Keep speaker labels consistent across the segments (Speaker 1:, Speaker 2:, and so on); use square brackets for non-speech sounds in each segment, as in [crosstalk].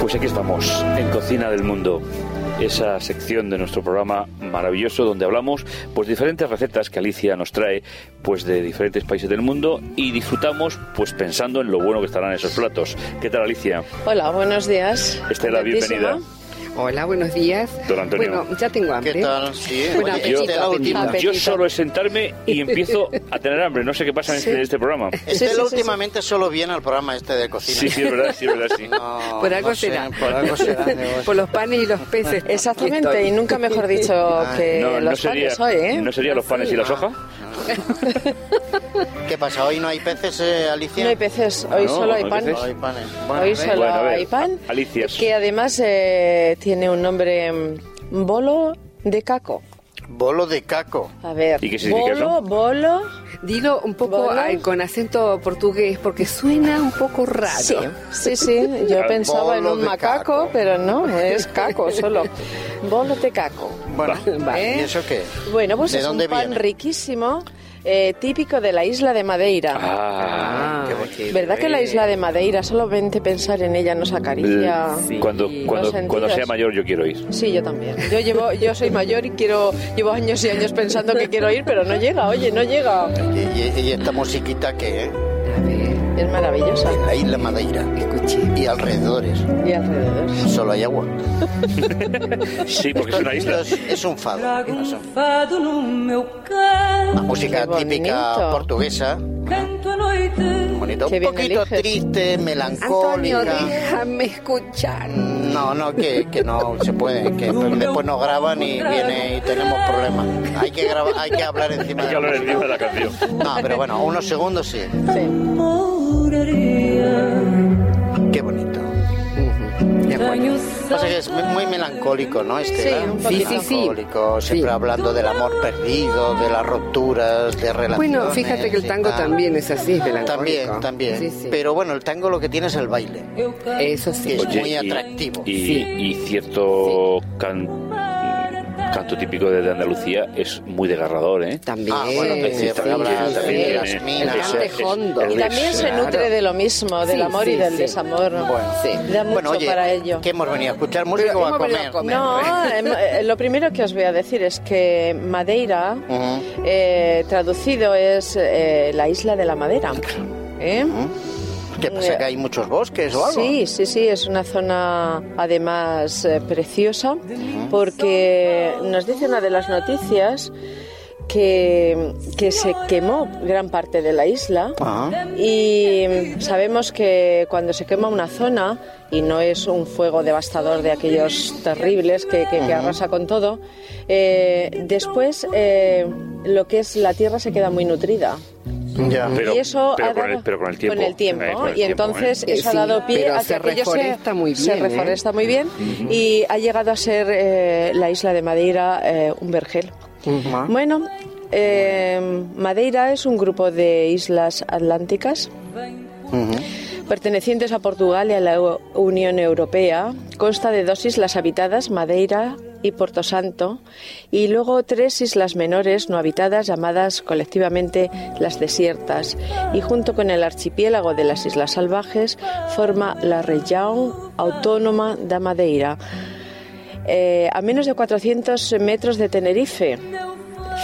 Speaker 1: Pues aquí estamos, en Cocina del Mundo, esa sección de nuestro programa maravilloso donde hablamos pues diferentes recetas que Alicia nos trae pues de diferentes países del mundo y disfrutamos pues pensando en lo bueno que estarán esos platos. ¿Qué tal Alicia?
Speaker 2: Hola, buenos días.
Speaker 1: Estela,
Speaker 2: Contentísima.
Speaker 1: bienvenida.
Speaker 3: Hola, buenos días.
Speaker 1: Don Antonio.
Speaker 3: Bueno, ya tengo hambre.
Speaker 4: ¿Qué tal? Sí,
Speaker 3: Buen
Speaker 4: oye,
Speaker 3: apetito,
Speaker 4: Estela, última-
Speaker 2: apetito.
Speaker 1: Yo solo es sentarme y empiezo a tener hambre. No sé qué pasa en este, en este programa.
Speaker 4: Estela
Speaker 2: Sí, sí, sí,
Speaker 4: últimamente solo viene al programa este de cocina.
Speaker 1: Sí, sí, es verdad, sí, es verdad, sí.
Speaker 2: [laughs]
Speaker 4: No,
Speaker 3: Por algo
Speaker 4: no sé,
Speaker 3: será.
Speaker 4: por algo será, digo,
Speaker 3: [laughs] Por los panes y los peces.
Speaker 2: Exactamente,
Speaker 3: Estoy.
Speaker 2: y nunca mejor
Speaker 4: [laughs]
Speaker 2: dicho que
Speaker 1: No,
Speaker 2: los
Speaker 1: no sería,
Speaker 2: panes hoy, ¿eh?
Speaker 1: no sería los panes y las
Speaker 4: Ah,
Speaker 1: hojas.
Speaker 4: no. ¿Qué pasa? ¿Hoy no hay peces, eh, Alicia?
Speaker 2: No hay peces, hoy
Speaker 1: Ah, No,
Speaker 2: solo hay
Speaker 1: no hay
Speaker 2: pan.
Speaker 1: peces.
Speaker 4: No hay panes. Bueno,
Speaker 2: Hoy
Speaker 4: ven.
Speaker 2: solo
Speaker 1: Bueno, a ver,
Speaker 2: hay pan.
Speaker 1: Alicias.
Speaker 2: Que además eh, tiene un nombre mm, bolo de caco.
Speaker 4: Bolo de caco.
Speaker 2: A ver,
Speaker 1: ¿Y qué significa
Speaker 2: bolo,
Speaker 1: eso?
Speaker 2: bolo.
Speaker 3: Dilo un poco
Speaker 2: ¿Bolo?
Speaker 3: ay, con acento portugués porque suena un poco raro.
Speaker 2: Sí,
Speaker 4: Ah,
Speaker 2: sí, sí, yo
Speaker 1: Al
Speaker 2: pensaba en
Speaker 4: bolo
Speaker 2: un
Speaker 4: de
Speaker 2: macaco,
Speaker 4: caco.
Speaker 2: pero no, es caco solo. Bolo de caco.
Speaker 4: Bueno,
Speaker 3: Vale.
Speaker 4: ¿y eso qué?
Speaker 2: Bueno, pues
Speaker 4: ¿De
Speaker 2: es
Speaker 4: dónde
Speaker 2: un pan
Speaker 4: viene?
Speaker 2: riquísimo, eh, típico de la isla de Madeira.
Speaker 1: Ah,
Speaker 3: Ah,
Speaker 4: Qué bonito.
Speaker 2: ¿Verdad que la isla de Madeira, solamente pensar en ella nos acaricia?
Speaker 3: Sí.
Speaker 1: cuando,
Speaker 3: Los
Speaker 1: cuando, cuando
Speaker 2: sentidos.
Speaker 1: sea mayor yo quiero ir.
Speaker 2: Sí, yo también. Yo llevo, yo soy mayor y quiero, llevo años y años pensando que quiero ir, pero no llega, oye, no llega.
Speaker 4: ¿Y, y- y esta musiquita qué? eh?
Speaker 3: A ver,
Speaker 2: Es maravillosa.
Speaker 4: En la isla Madeira.
Speaker 3: escuché.
Speaker 4: Y alrededores.
Speaker 2: Y alrededor.
Speaker 4: Solo hay agua.
Speaker 1: Sí, porque es una isla.
Speaker 4: Es, es un fado.
Speaker 5: Trago
Speaker 4: no
Speaker 5: um
Speaker 4: sé.
Speaker 5: fado no meu
Speaker 4: Una
Speaker 5: carro,
Speaker 4: música
Speaker 2: Qué
Speaker 4: típica
Speaker 2: bonito.
Speaker 4: portuguesa.
Speaker 5: canto a noite.
Speaker 4: Bonita.
Speaker 2: Qué
Speaker 4: Un
Speaker 2: bien
Speaker 4: poquito
Speaker 2: eliges.
Speaker 4: triste, melancólica.
Speaker 3: Antonio, déjame escuchar.
Speaker 4: No, no, que, que no se puede, que después nos graban y viene y tenemos problemas. Hay que grabar, hay que hablar encima
Speaker 1: Hay
Speaker 4: de
Speaker 1: que
Speaker 4: la
Speaker 1: hablar
Speaker 4: música.
Speaker 1: encima de la canción.
Speaker 4: No, pero bueno, unos segundos sí.
Speaker 2: Sí.
Speaker 5: Moraria,
Speaker 4: Qué bonito.
Speaker 3: De acuerdo.
Speaker 5: tenho
Speaker 4: Pasa que es muy, muy melancólico, ¿no? Este,
Speaker 2: Sí,
Speaker 4: ¿verdad?
Speaker 2: un poquito.
Speaker 3: Sí, sí, sí.
Speaker 4: Melancólico, siempre
Speaker 3: Sí.
Speaker 4: hablando del amor perdido, de las rupturas, de relaciones.
Speaker 3: Bueno, fíjate que el
Speaker 4: y
Speaker 3: tango
Speaker 4: tal.
Speaker 3: también es así, es melancólico.
Speaker 4: También, también.
Speaker 3: Sí, sí.
Speaker 4: Pero bueno, el tango lo que tiene es el baile.
Speaker 5: eu canto
Speaker 3: Eso sí.
Speaker 4: Es
Speaker 1: Oye,
Speaker 4: muy
Speaker 1: y-
Speaker 4: atractivo.
Speaker 1: Y,
Speaker 3: Sí.
Speaker 1: y cierto can- canto típico de Andalucía es muy desgarrador, ¿eh?
Speaker 3: También.
Speaker 4: Ah, bueno,
Speaker 1: Sí,
Speaker 4: sí,
Speaker 1: también
Speaker 4: habla
Speaker 1: tiene-
Speaker 4: también de
Speaker 1: tiene-
Speaker 4: las minas.
Speaker 1: es-
Speaker 3: Cante
Speaker 1: es-
Speaker 3: hondo.
Speaker 1: es-
Speaker 2: Y también se
Speaker 3: Claro.
Speaker 2: nutre de lo mismo, del
Speaker 3: Sí,
Speaker 2: amor y
Speaker 3: sí,
Speaker 2: del
Speaker 3: sí.
Speaker 2: desamor.
Speaker 4: Bueno,
Speaker 3: sí.
Speaker 2: Da mucho
Speaker 4: bueno, oye,
Speaker 2: para ello.
Speaker 4: ¿qué hemos venido? ¿A escuchar música
Speaker 3: Pero
Speaker 4: o a
Speaker 3: hemos venido
Speaker 4: comer?
Speaker 3: a comer.
Speaker 2: No, em, eh, lo primero que os voy a decir es que Madeira,
Speaker 4: Ujú.
Speaker 2: eh, traducido, es eh, la isla de la madera. ¿Eh?
Speaker 4: ¿Qué pasa? ¿Que pues, hay muchos bosques o algo?
Speaker 2: Sí, sí, sí, es una zona además eh, preciosa porque nos dice una de las noticias que, que se quemó gran parte de la isla
Speaker 4: Ah,
Speaker 2: y sabemos que cuando se quema una zona y no es un fuego devastador de aquellos terribles que, que- que arrasa con todo, eh, después eh, lo que es la tierra se queda muy nutrida
Speaker 4: ya.
Speaker 1: Pero-
Speaker 2: y eso
Speaker 1: pero
Speaker 2: ha
Speaker 1: con el-
Speaker 2: dado-
Speaker 1: pero con el tiempo, eh, con el
Speaker 2: y
Speaker 1: tiempo,
Speaker 2: entonces
Speaker 3: ¿eh?
Speaker 2: eso ha
Speaker 3: Sí,
Speaker 2: dado pie
Speaker 3: pero
Speaker 2: a que
Speaker 3: se
Speaker 2: aquello
Speaker 3: reforesta muy
Speaker 2: se
Speaker 3: bien, ¿eh?
Speaker 2: reforesta muy bien y ha llegado a ser eh, la isla de Madeira eh, un vergel. Bueno, eh, Madeira es un grupo de islas atlánticas pertenecientes a Portugal y a la Eu- Unión Europea, consta de dos islas habitadas, Madeira y Porto Santo, y luego tres islas menores no habitadas llamadas colectivamente las desiertas, y junto con el archipiélago de las Islas Salvajes forma la región autónoma de Madeira, eh, a menos de 400 metros de Tenerife,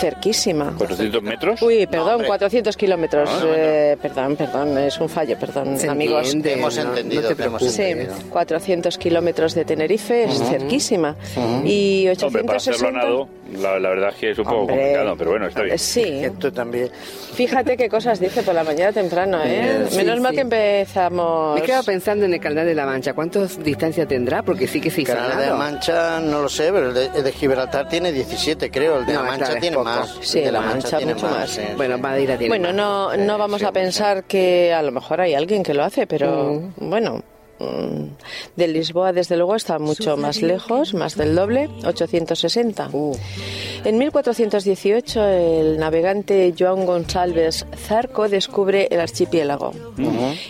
Speaker 2: cerquísima.
Speaker 1: 400 metros.
Speaker 2: Uy, perdón,
Speaker 4: hombre.
Speaker 2: 400 kilómetros.
Speaker 1: Pues- No, no, no.
Speaker 2: eh, perdón, perdón, es un fallo, perdón,
Speaker 3: Se
Speaker 2: amigos.
Speaker 3: entiende,
Speaker 4: Hemos
Speaker 3: no- no
Speaker 4: entendido,
Speaker 3: te
Speaker 4: te hemos
Speaker 3: preocupes.
Speaker 2: Sí, 400 kilómetros de Tenerife es cerquísima. Y 860...
Speaker 1: Hombre, para hacerlo a nado, la, la verdad es que es un poco
Speaker 2: Hombre. Eh,
Speaker 1: complicado, pero bueno, está bien.
Speaker 2: Sí,
Speaker 4: Esto también.
Speaker 2: fíjate qué cosas dice por la mañana temprano, ¿eh?
Speaker 3: Sí,
Speaker 2: Menos
Speaker 3: sí.
Speaker 2: mal que empezamos...
Speaker 3: Me quedo pensando en el canal de la Mancha. ¿Cuántas distancias tendrá? Porque sí que se hizo
Speaker 4: Canal de la
Speaker 3: nado.
Speaker 4: Mancha, no lo sé, pero el de, el de Gibraltar tiene 17, creo. El de
Speaker 3: No,
Speaker 4: la Mancha
Speaker 3: claro, es
Speaker 4: tiene
Speaker 3: poco.
Speaker 4: más.
Speaker 2: Sí,
Speaker 4: el de
Speaker 2: la Mancha
Speaker 4: tiene
Speaker 2: mucho más.
Speaker 4: sí, sí.
Speaker 3: Bueno, Madeira tiene.
Speaker 2: Bueno,
Speaker 3: más.
Speaker 2: no, no vamos a pensar que a lo mejor hay alguien que lo hace, pero bueno, mm, de Lisboa desde luego está mucho más lejos, más del doble, 860.
Speaker 3: Uh.
Speaker 2: En 1418 el navegante Joan González Zarco descubre el archipiélago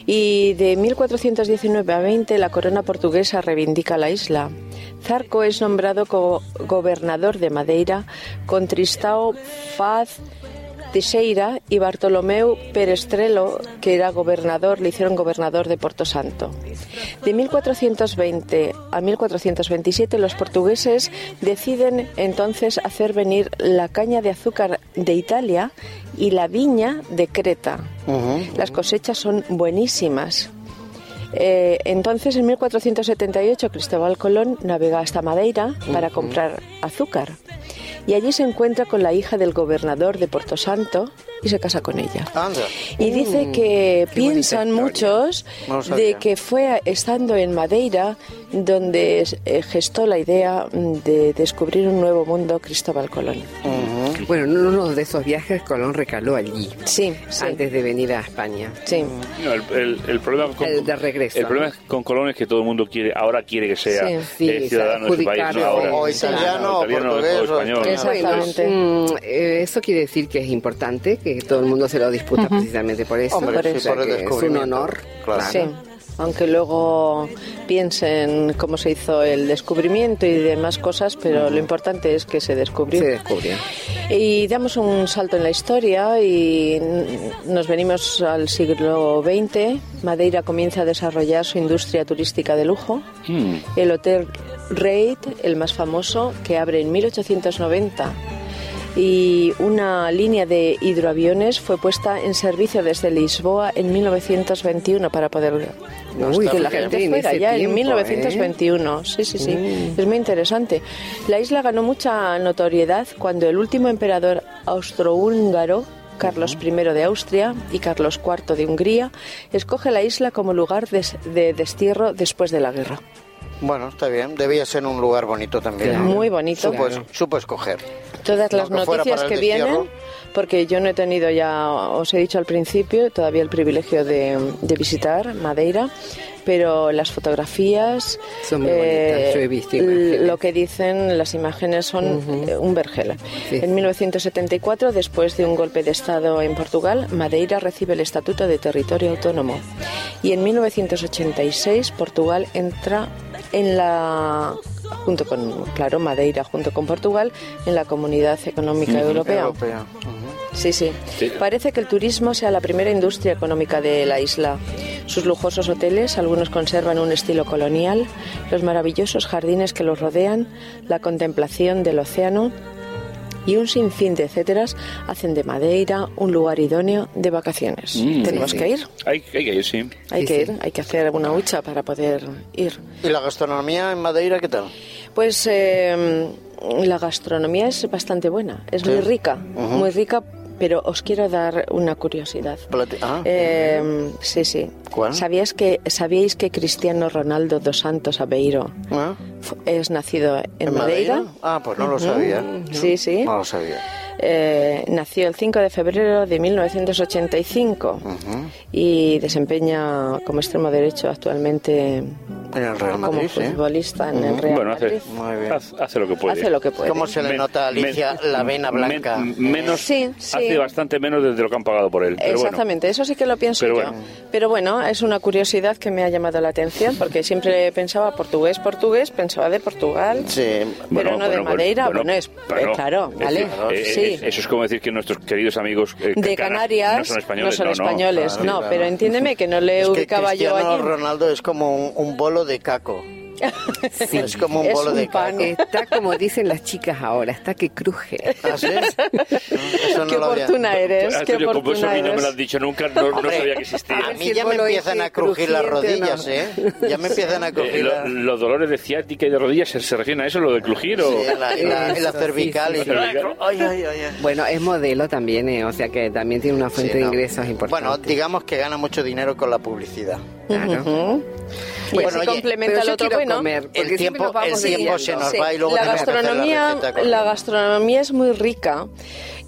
Speaker 2: y de 1419 a 20 la corona portuguesa reivindica la isla. Zarco es nombrado co- gobernador de Madeira con Tristão Faz Teixeira y Bartolomeu Perestrelo, que era gobernador, le hicieron gobernador de Porto Santo. De 1420 a 1427 los portugueses deciden entonces hacer venir la caña de azúcar de Italia y la viña de Creta. Las cosechas son buenísimas. Eh, entonces, en 1478, Cristóbal Colón navega hasta Madeira para comprar azúcar. Y allí se encuentra con la hija del gobernador de Porto Santo y se casa con ella.
Speaker 4: Anda.
Speaker 2: Y dice que
Speaker 4: Mm, qué
Speaker 2: piensan
Speaker 4: bonita historia.
Speaker 2: muchos
Speaker 4: No lo
Speaker 2: de
Speaker 4: sabía.
Speaker 2: que fue estando en Madeira donde eh, gestó la idea de descubrir un nuevo mundo Cristóbal Colón.
Speaker 4: Ujú.
Speaker 3: Bueno, en uno de esos viajes Colón recaló allí,
Speaker 2: Sí, sí,
Speaker 3: antes de venir a España.
Speaker 2: sí.
Speaker 4: Mm,
Speaker 1: No, el, el- el problema con,
Speaker 3: El de regreso,
Speaker 1: el problema
Speaker 3: ¿no?
Speaker 1: con Colón es que todo el mundo quiere, ahora quiere que sea
Speaker 2: Sí,
Speaker 3: sí,
Speaker 1: eh, ciudadano de su país, no
Speaker 3: adjudicarlo.
Speaker 1: ahora.
Speaker 4: O
Speaker 3: Sí,
Speaker 4: italiano, o
Speaker 1: italiano,
Speaker 4: portugués,
Speaker 1: o
Speaker 4: o
Speaker 1: español.
Speaker 4: español.
Speaker 2: Exactamente.
Speaker 3: Mm, eh, eso quiere decir que es importante, que todo el mundo se lo disputa precisamente por eso.
Speaker 4: Hombre,
Speaker 2: Por
Speaker 4: sí,
Speaker 2: eso.
Speaker 4: por el
Speaker 3: que es un
Speaker 4: descubrimiento.
Speaker 3: honor.
Speaker 4: Claro.
Speaker 2: Sí, aunque luego piensen cómo se hizo el descubrimiento y demás cosas, pero lo importante es que se descubrió.
Speaker 3: Se descubrió.
Speaker 2: Y damos un salto en la historia y nos venimos al siglo XX. Madeira comienza a desarrollar su industria turística de lujo.
Speaker 1: Mm.
Speaker 2: El Hotel Reid, el más famoso, que abre en 1890. Y una línea de hidroaviones fue puesta en servicio desde Lisboa en 1921 para poder
Speaker 3: Uy,
Speaker 2: que la
Speaker 3: fíjate,
Speaker 2: gente
Speaker 3: en
Speaker 2: fuera
Speaker 3: ese
Speaker 2: ya en
Speaker 3: tiempo, ¿eh? Mm.
Speaker 2: 1921. Sí, sí, sí. Es muy interesante. La isla ganó mucha notoriedad cuando el último emperador austrohúngaro, Carlos I de Austria y Carlos IV de Hungría, escoge la isla como lugar des- de destierro después de la guerra.
Speaker 4: Bueno, está bien. Debía ser un lugar bonito también.
Speaker 3: Claro.
Speaker 2: Muy bonito.
Speaker 4: Supo,
Speaker 3: Claro.
Speaker 4: supo escoger.
Speaker 2: Todas las
Speaker 4: Aunque fuera
Speaker 2: noticias
Speaker 4: para
Speaker 2: que
Speaker 4: el destierro.
Speaker 2: vienen, porque yo no he tenido ya, os he dicho al principio, todavía el privilegio de, de visitar Madeira, pero las fotografías, eh,
Speaker 3: Son muy bonitas, yo he visto imágenes.
Speaker 2: lo que dicen las imágenes son eh, un vergel.
Speaker 3: Sí.
Speaker 2: En 1974, después de un golpe de Estado en Portugal, Madeira recibe el estatuto de territorio autónomo. Y en 1986, Portugal entra en la junto con, claro, Madeira junto con Portugal, en la Comunidad Económica Europea.
Speaker 4: Europea. Ujú.
Speaker 2: Sí, sí,
Speaker 1: Sí.
Speaker 2: Parece que el turismo sea la primera industria económica de la isla. Sus lujosos hoteles, algunos conservan un estilo colonial, los maravillosos jardines que los rodean, la contemplación del océano y un sinfín de etcéteras hacen de Madeira un lugar idóneo de vacaciones.
Speaker 1: Mm.
Speaker 2: Tenemos
Speaker 3: Sí, sí.
Speaker 2: que ir,
Speaker 1: Hay, hay que ir, sí.
Speaker 2: hay
Speaker 3: Sí,
Speaker 2: que
Speaker 3: sí.
Speaker 2: ir, hay que hacer alguna hucha para poder ir.
Speaker 4: ¿Y la gastronomía en Madeira qué tal?
Speaker 2: Pues eh, la gastronomía es bastante buena, es muy rica, muy rica, pero os quiero dar una curiosidad.
Speaker 4: Plati- ah.
Speaker 2: Eh, sí, sí.
Speaker 4: ¿Cuál?
Speaker 2: ¿Sabías que, ¿Sabíais que Cristiano Ronaldo dos Santos Aveiro
Speaker 4: ¿Ah?
Speaker 2: fu- es nacido en,
Speaker 4: ¿En
Speaker 2: Madeira?
Speaker 4: Ah, pues no lo sabía.
Speaker 2: Sí, sí.
Speaker 4: No lo sabía.
Speaker 2: Eh, nació el 5 de febrero de 1985
Speaker 4: Ah.
Speaker 2: y desempeña como extremo derecho actualmente
Speaker 4: En el Real
Speaker 2: como
Speaker 4: Madrid, sí.
Speaker 2: futbolista en el Real
Speaker 1: bueno, hace,
Speaker 2: Madrid.
Speaker 4: Muy bien.
Speaker 1: haz- hace lo que puede.
Speaker 2: Hace lo que puede.
Speaker 4: ¿Cómo se le
Speaker 1: Men-
Speaker 4: nota a Alicia
Speaker 1: men-
Speaker 4: la vena
Speaker 1: men-
Speaker 4: blanca?
Speaker 1: menos,
Speaker 2: Sí, sí.
Speaker 1: Hace bastante menos de lo que han pagado por él. pero bueno.
Speaker 2: Exactamente, eso sí que lo pienso
Speaker 1: Pero
Speaker 2: yo.
Speaker 1: bueno.
Speaker 2: Pero bueno, es una curiosidad que me ha llamado la atención porque siempre pensaba portugués, portugués, pensaba de Portugal.
Speaker 4: Sí.
Speaker 2: Pero no de Madeira, bueno, es-
Speaker 1: bueno,
Speaker 2: eh, claro,
Speaker 1: es
Speaker 2: vale,
Speaker 1: decir, eh,
Speaker 2: sí.
Speaker 1: eh, eso es como decir que nuestros queridos amigos eh,
Speaker 2: De
Speaker 1: cana-
Speaker 2: Canarias
Speaker 1: no son españoles. no, no.
Speaker 2: españoles,
Speaker 4: Claro,
Speaker 2: no,
Speaker 4: claro.
Speaker 2: pero entiéndeme que no le
Speaker 4: Es que
Speaker 2: ubicaba yo
Speaker 4: Cristiano
Speaker 2: allí.
Speaker 4: Ronaldo es como un, un bolo de caco. Es como un
Speaker 2: Es
Speaker 4: bolo
Speaker 2: un
Speaker 4: de
Speaker 2: pan.
Speaker 4: caco.
Speaker 3: Está como dicen las chicas ahora, está que cruje.
Speaker 4: ¿Ah, sí? Eso no
Speaker 2: [laughs] qué
Speaker 4: lo había-
Speaker 2: oportuna
Speaker 1: Ah,
Speaker 2: eres, qué
Speaker 1: Antonio, como eso a
Speaker 2: oportuna
Speaker 1: mí no me lo
Speaker 2: eres.
Speaker 1: has dicho nunca, no, no sabía que existía.
Speaker 2: Ah,
Speaker 1: Eh,
Speaker 4: A
Speaker 3: si
Speaker 4: mí
Speaker 3: el
Speaker 4: ya me
Speaker 3: bolo
Speaker 4: empiezan
Speaker 3: ese
Speaker 4: a crujir las
Speaker 3: crujiente o no.
Speaker 4: rodillas, ¿eh? Ya me empiezan a
Speaker 1: Eh,
Speaker 4: crujir
Speaker 1: lo-
Speaker 4: las-
Speaker 1: los dolores de ciática y de rodillas, ¿se, se refieren a eso, lo de crujir? O...
Speaker 4: sí, la, la- la
Speaker 3: Eso,
Speaker 4: cervical.
Speaker 3: sí,
Speaker 4: y-
Speaker 1: sí.
Speaker 4: Ay, ay, ay, ay.
Speaker 3: Bueno, es modelo también, eh, o sea que también tiene una fuente
Speaker 4: Sí,
Speaker 3: de
Speaker 4: no.
Speaker 3: ingresos importante.
Speaker 4: Bueno, digamos que gana mucho dinero con la publicidad.
Speaker 3: Claro.
Speaker 2: Y
Speaker 4: Bueno,
Speaker 2: así
Speaker 4: oye,
Speaker 2: complementa
Speaker 3: Pues Pero
Speaker 2: al
Speaker 3: yo
Speaker 2: otro
Speaker 3: quiero
Speaker 2: bueno.
Speaker 3: comer, porque
Speaker 4: el
Speaker 3: siempre
Speaker 4: tiempo-
Speaker 3: nos vamos
Speaker 4: el tiempo se
Speaker 3: debiendo.
Speaker 4: nos va y luego
Speaker 2: la
Speaker 4: tenemos que hacer la
Speaker 2: gastronomía,
Speaker 4: receta
Speaker 2: la,
Speaker 4: corriendo.
Speaker 2: gastronomía es muy rica.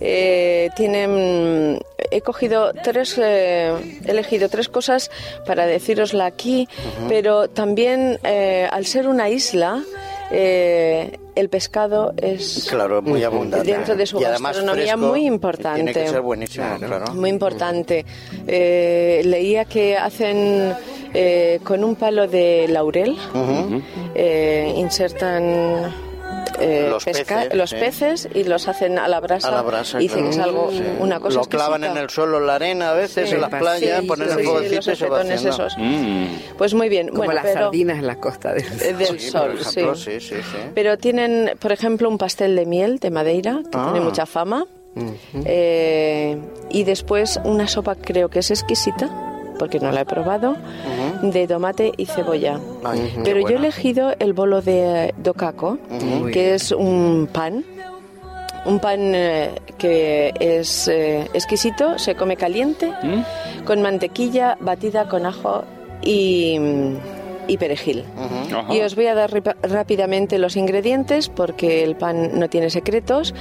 Speaker 2: Eh, tienen, he cogido tres, eh, he elegido tres cosas para decirosla aquí, pero también eh, al ser una isla, eh, el pescado es
Speaker 4: Claro, muy abundante.
Speaker 2: Dentro de su
Speaker 4: y además
Speaker 2: gastronomía
Speaker 4: fresco,
Speaker 2: muy
Speaker 4: y Tiene
Speaker 2: importante.
Speaker 4: que ser buenísimo, claro.
Speaker 2: Muy importante. Eh, leía que hacen
Speaker 4: ¿Mm?
Speaker 2: eh, con un palo de laurel, eh, insertan eh,
Speaker 4: Los
Speaker 2: pesca-
Speaker 4: peces,
Speaker 2: los
Speaker 4: sí.
Speaker 2: peces y los hacen a la brasa.
Speaker 4: A la brasa,
Speaker 2: y dicen
Speaker 4: eh, claro.
Speaker 2: que es algo,
Speaker 4: Sí.
Speaker 2: una cosa
Speaker 4: Lo clavan
Speaker 2: exquisita.
Speaker 4: en el suelo, en la arena, a veces,
Speaker 2: Sí,
Speaker 4: en las
Speaker 3: sí,
Speaker 4: playas,
Speaker 2: sí,
Speaker 4: ponen
Speaker 2: sí,
Speaker 4: el
Speaker 2: sí,
Speaker 4: fuegocito y
Speaker 2: los
Speaker 4: se va
Speaker 2: jetones
Speaker 4: haciendo.
Speaker 2: esos.
Speaker 1: Mm.
Speaker 2: Pues muy bien,
Speaker 3: Como
Speaker 2: bueno,
Speaker 3: las
Speaker 2: pero,
Speaker 3: sardinas en la costa [laughs] del
Speaker 2: eh,
Speaker 3: sol.
Speaker 2: del
Speaker 4: Sí, por
Speaker 2: sol,
Speaker 4: ejemplo,
Speaker 2: sí.
Speaker 4: sí, sí, sí.
Speaker 2: Pero tienen, por ejemplo, un pastel de miel de Madeira, que
Speaker 4: Ah.
Speaker 2: tiene mucha fama. Eh, y después una sopa, creo que es exquisita, porque no la he probado, de tomate y cebolla.
Speaker 4: Ay, qué
Speaker 2: Pero yo he
Speaker 4: buena.
Speaker 2: elegido el bolo de docaco,
Speaker 3: Ujú.
Speaker 2: que es un pan. Un pan eh, que es eh, exquisito, se come caliente,
Speaker 1: ¿Mm?
Speaker 2: con mantequilla batida con ajo y, y perejil.
Speaker 1: Ajá.
Speaker 2: Y os voy a dar ripa- rápidamente los ingredientes porque el pan no tiene secretos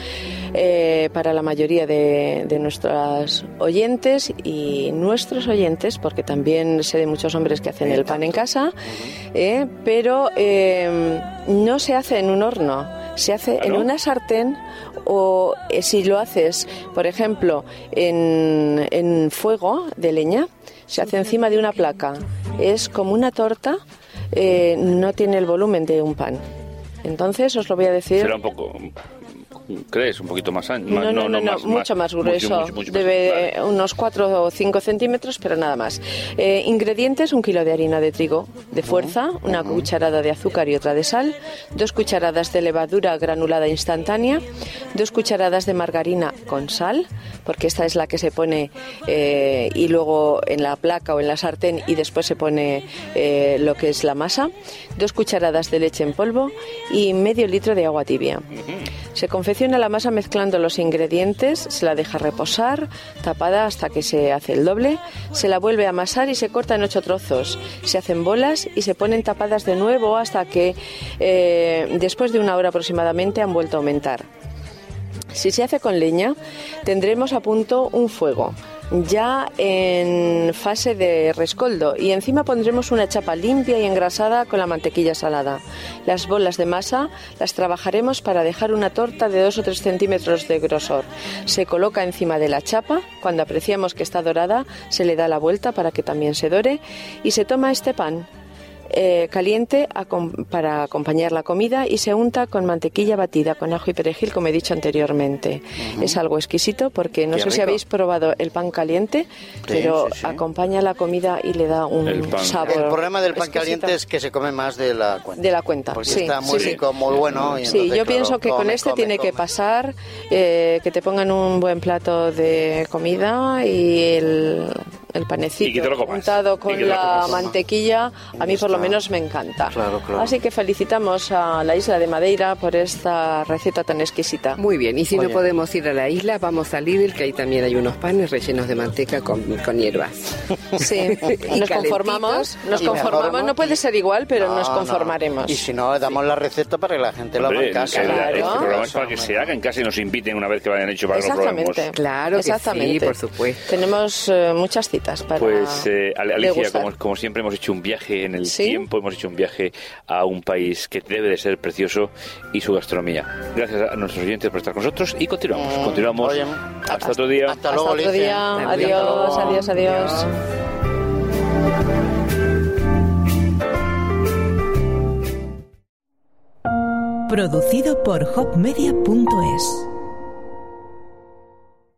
Speaker 2: eh, para la mayoría de, de nuestras oyentes y nuestros oyentes, porque también sé de muchos hombres que hacen el pan en casa, eh, pero eh, no se hace en un horno, se hace
Speaker 1: ¿Ah,
Speaker 2: en
Speaker 1: no?
Speaker 2: una sartén o eh, si lo haces, por ejemplo, en, en fuego de leña, se hace encima de una placa. Es como una torta, eh, no tiene el volumen de un pan. Entonces os lo voy a decir.
Speaker 1: Será un poco. ¿Crees? Un poquito más ancho.
Speaker 2: No, no, no, no, mucho más grueso.
Speaker 1: mucho, mucho, mucho más-
Speaker 2: Debe
Speaker 1: vale.
Speaker 2: eh, unos 4 o 5 centímetros, pero nada más. Eh, ingredientes, un kilo de harina de trigo de fuerza, una cucharada de azúcar y otra de sal, dos cucharadas de levadura granulada instantánea, dos cucharadas de margarina con sal, porque esta es la que se pone eh, y luego en la placa o en la sartén y después se pone eh, lo que es la masa, dos cucharadas de leche en polvo y medio litro de agua tibia. Se confecciona la masa mezclando los ingredientes, se la deja reposar, tapada hasta que se hace el doble, se la vuelve a amasar y se corta en ocho trozos. Se hacen bolas y se ponen tapadas de nuevo hasta que eh, después de una hora aproximadamente han vuelto a aumentar. Si se hace con leña, tendremos a punto un fuego ya en fase de rescoldo y encima pondremos una chapa limpia y engrasada con la mantequilla salada. Las bolas de masa las trabajaremos para dejar una torta de 2 o 3 centímetros de grosor. Se coloca encima de la chapa, cuando apreciamos que está dorada se le da la vuelta para que también se dore y se toma este pan eh, caliente acom- para acompañar la comida y se unta con mantequilla batida con ajo y perejil, como he dicho anteriormente. Es algo exquisito porque no
Speaker 4: Qué
Speaker 2: sé si
Speaker 4: rico.
Speaker 2: habéis probado el pan caliente, pero
Speaker 4: sí, sí.
Speaker 2: acompaña la comida y le da un
Speaker 1: El pan.
Speaker 2: sabor.
Speaker 4: El problema del pan
Speaker 2: exquisito.
Speaker 4: caliente es que se come más de la cuenta.
Speaker 2: De la cuenta,
Speaker 4: Porque
Speaker 2: sí,
Speaker 4: está muy
Speaker 2: sí, sí.
Speaker 4: rico, muy bueno. y
Speaker 2: Sí,
Speaker 4: entonces,
Speaker 2: yo
Speaker 4: claro,
Speaker 2: pienso que con
Speaker 4: come,
Speaker 2: este
Speaker 4: come,
Speaker 2: tiene que
Speaker 4: come.
Speaker 2: pasar eh, que te pongan un buen plato de comida y el, el panecito
Speaker 1: Y que te lo comas.
Speaker 2: untado
Speaker 1: Y
Speaker 2: con
Speaker 1: que te lo
Speaker 2: la
Speaker 1: comas.
Speaker 2: mantequilla, a mí por lo menos me encanta.
Speaker 4: Claro, claro.
Speaker 2: Así que felicitamos a la isla de Madeira por esta receta tan exquisita.
Speaker 3: Muy bien, y si
Speaker 4: Muy
Speaker 3: no
Speaker 4: bien.
Speaker 3: podemos ir a la isla, vamos a Lidl, que ahí también hay unos panes rellenos de manteca con, con hierbas.
Speaker 2: [laughs] Sí,
Speaker 3: Y
Speaker 2: nos conformamos,
Speaker 3: calentitos,
Speaker 2: nos
Speaker 4: y
Speaker 2: conformamos,
Speaker 4: mejor,
Speaker 2: no puede ser igual, pero nos
Speaker 4: No, no.
Speaker 2: conformaremos.
Speaker 4: Y si no, damos la receta para que la gente la haga
Speaker 1: Hombre,
Speaker 4: en casa.
Speaker 1: el- el-
Speaker 2: Claro.
Speaker 1: Este programa es para que se haga en casa y nos inviten una vez que lo hayan hecho para que lo probemos.
Speaker 2: Exactamente.
Speaker 3: Claro que sí,
Speaker 2: Exactamente.
Speaker 3: por supuesto.
Speaker 2: Tenemos eh, muchas citas para
Speaker 1: Pues eh, Ale- Alicia,
Speaker 2: degustar.
Speaker 1: como, como siempre hemos hecho un viaje en el
Speaker 2: Sí.
Speaker 1: tiempo, hemos hecho un viaje a un país que debe de ser precioso y su gastronomía. Gracias a nuestros oyentes por estar con nosotros y continuamos.
Speaker 4: Mm,
Speaker 1: continuamos.
Speaker 4: oye,
Speaker 1: hasta otro día.
Speaker 4: Hasta
Speaker 2: Hasta
Speaker 4: luego,
Speaker 2: otro
Speaker 4: Alicia.
Speaker 2: día.
Speaker 3: Hasta luego.
Speaker 2: Adiós, adiós, adiós.
Speaker 6: Producido por hopmedia.es